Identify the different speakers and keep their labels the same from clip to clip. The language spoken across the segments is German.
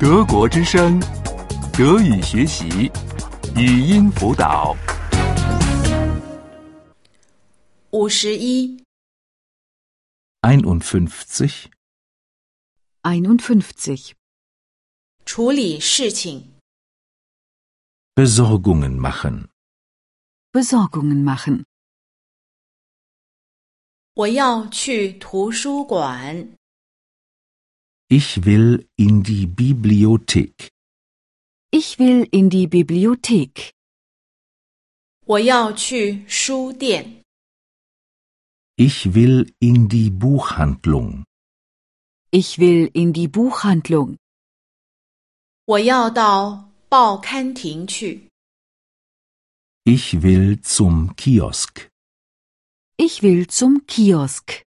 Speaker 1: 德国之声，德语学习，语音辅导。
Speaker 2: 五十一，
Speaker 3: 51.
Speaker 4: 51.
Speaker 2: 处理事情。
Speaker 3: Besorgungen machen.
Speaker 4: Besorgungen machen.
Speaker 2: 我要去图书馆。
Speaker 3: Ich will in die Bibliothek.
Speaker 4: Ich will in die Bibliothek.
Speaker 2: 我要去书店。
Speaker 3: Ich will in die Buchhandlung.
Speaker 4: Ich will in die Buchhandlung.
Speaker 2: 我要到报刊亭去。
Speaker 3: Ich will zum Kiosk.
Speaker 4: Ich will zum Kiosk.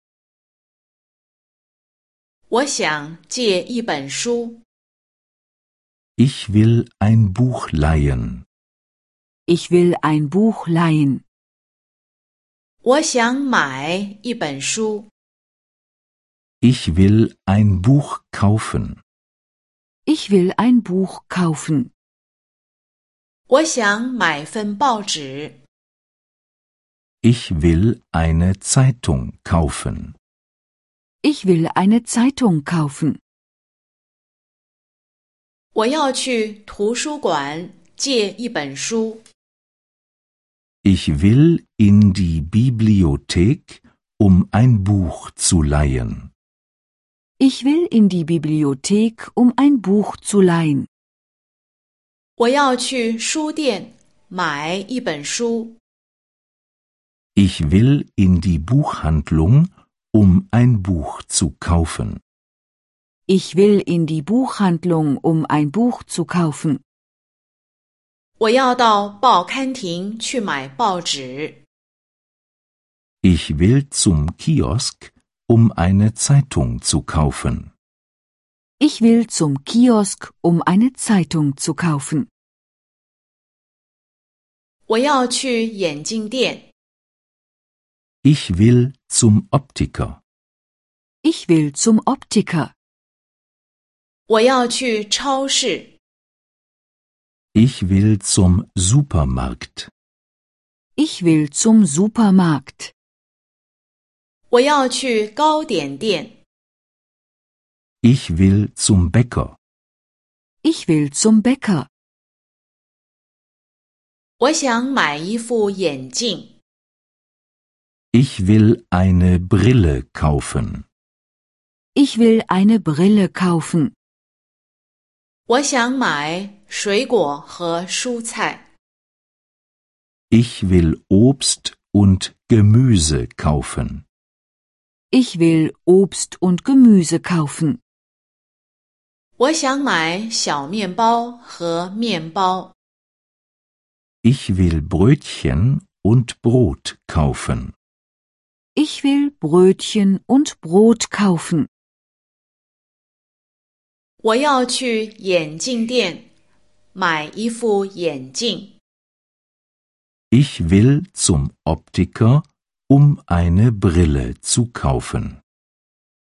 Speaker 2: 我想借一本书。
Speaker 3: Ich will ein Buch leihen.
Speaker 4: Ich will ein Buch leihen.
Speaker 2: 我想买一本书。
Speaker 3: Ich will ein Buch kaufen.
Speaker 4: Ich will ein Buch kaufen.
Speaker 2: 我想买份报纸。
Speaker 3: Ich will eine Zeitung kaufen.
Speaker 4: Ich will eine Zeitung kaufen.
Speaker 2: 我要去图书馆借一本书。
Speaker 3: Ich will in die Bibliothek, um ein Buch zu leihen.
Speaker 4: Ich will in die Bibliothek, um ein Buch zu leihen.
Speaker 2: 我要去书店买一本书。
Speaker 3: Ich will in die Buchhandlung, um ein Buch zu kaufen.
Speaker 4: Ich will in die Buchhandlung, um ein Buch zu kaufen.
Speaker 2: 我要到报刊亭去买报纸。
Speaker 3: Ich will zum Kiosk, um eine Zeitung zu kaufen.
Speaker 4: Ich will zum Kiosk, um eine Zeitung zu kaufen.
Speaker 2: 我要去眼镜店。
Speaker 3: Ich will zum Optiker.
Speaker 4: Ich will zum Optiker.
Speaker 2: 我要去超市。
Speaker 3: Ich will zum Supermarkt.
Speaker 4: Ich will zum Supermarkt.
Speaker 2: 我要去糕点店。
Speaker 3: Ich will zum Bäcker.
Speaker 4: Ich will zum Bäcker.
Speaker 2: 我想买一副眼镜。
Speaker 3: Ich will eine Brille kaufen.
Speaker 4: Ich will eine Brille kaufen.
Speaker 2: 我想买水果和蔬菜。
Speaker 3: Ich will Obst und Gemüse kaufen.
Speaker 4: Ich will Obst und Gemüse kaufen.
Speaker 2: 我想买小面包和面包。
Speaker 3: Ich will Brötchen und Brot kaufen.
Speaker 4: Ich will Brötchen und Brot kaufen.
Speaker 2: 我要去眼镜店买一副眼镜。
Speaker 3: Ich will zum Optiker, um eine Brille zu kaufen.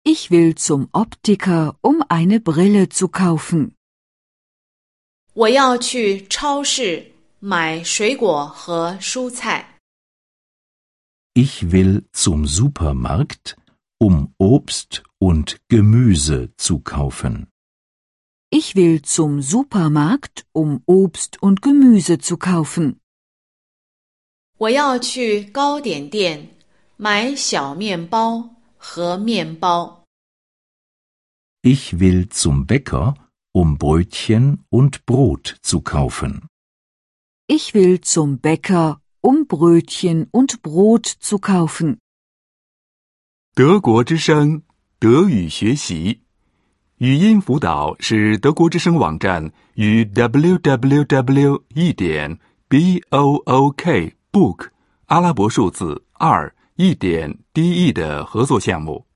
Speaker 4: Ich will zum Optiker, um eine Brille zu kaufen.
Speaker 2: 我要去超市买水果和蔬菜。
Speaker 3: Ich will zum Supermarkt, um Obst und Gemüse zu kaufen.
Speaker 4: Ich will zum Supermarkt, um Obst und Gemüse zu kaufen.
Speaker 2: 我要去糕点店买小面包和面包。
Speaker 3: Ich will zum Bäcker, um Brötchen und Brot zu kaufen.
Speaker 4: Ich will zum Bäcker, um Brötchen und Brot zu kaufen.
Speaker 1: 德国之声，德语学习，语音辅导是德国之声网站与 www. 一点 b o o k book 阿拉伯数字二一点 d e 的合作项目。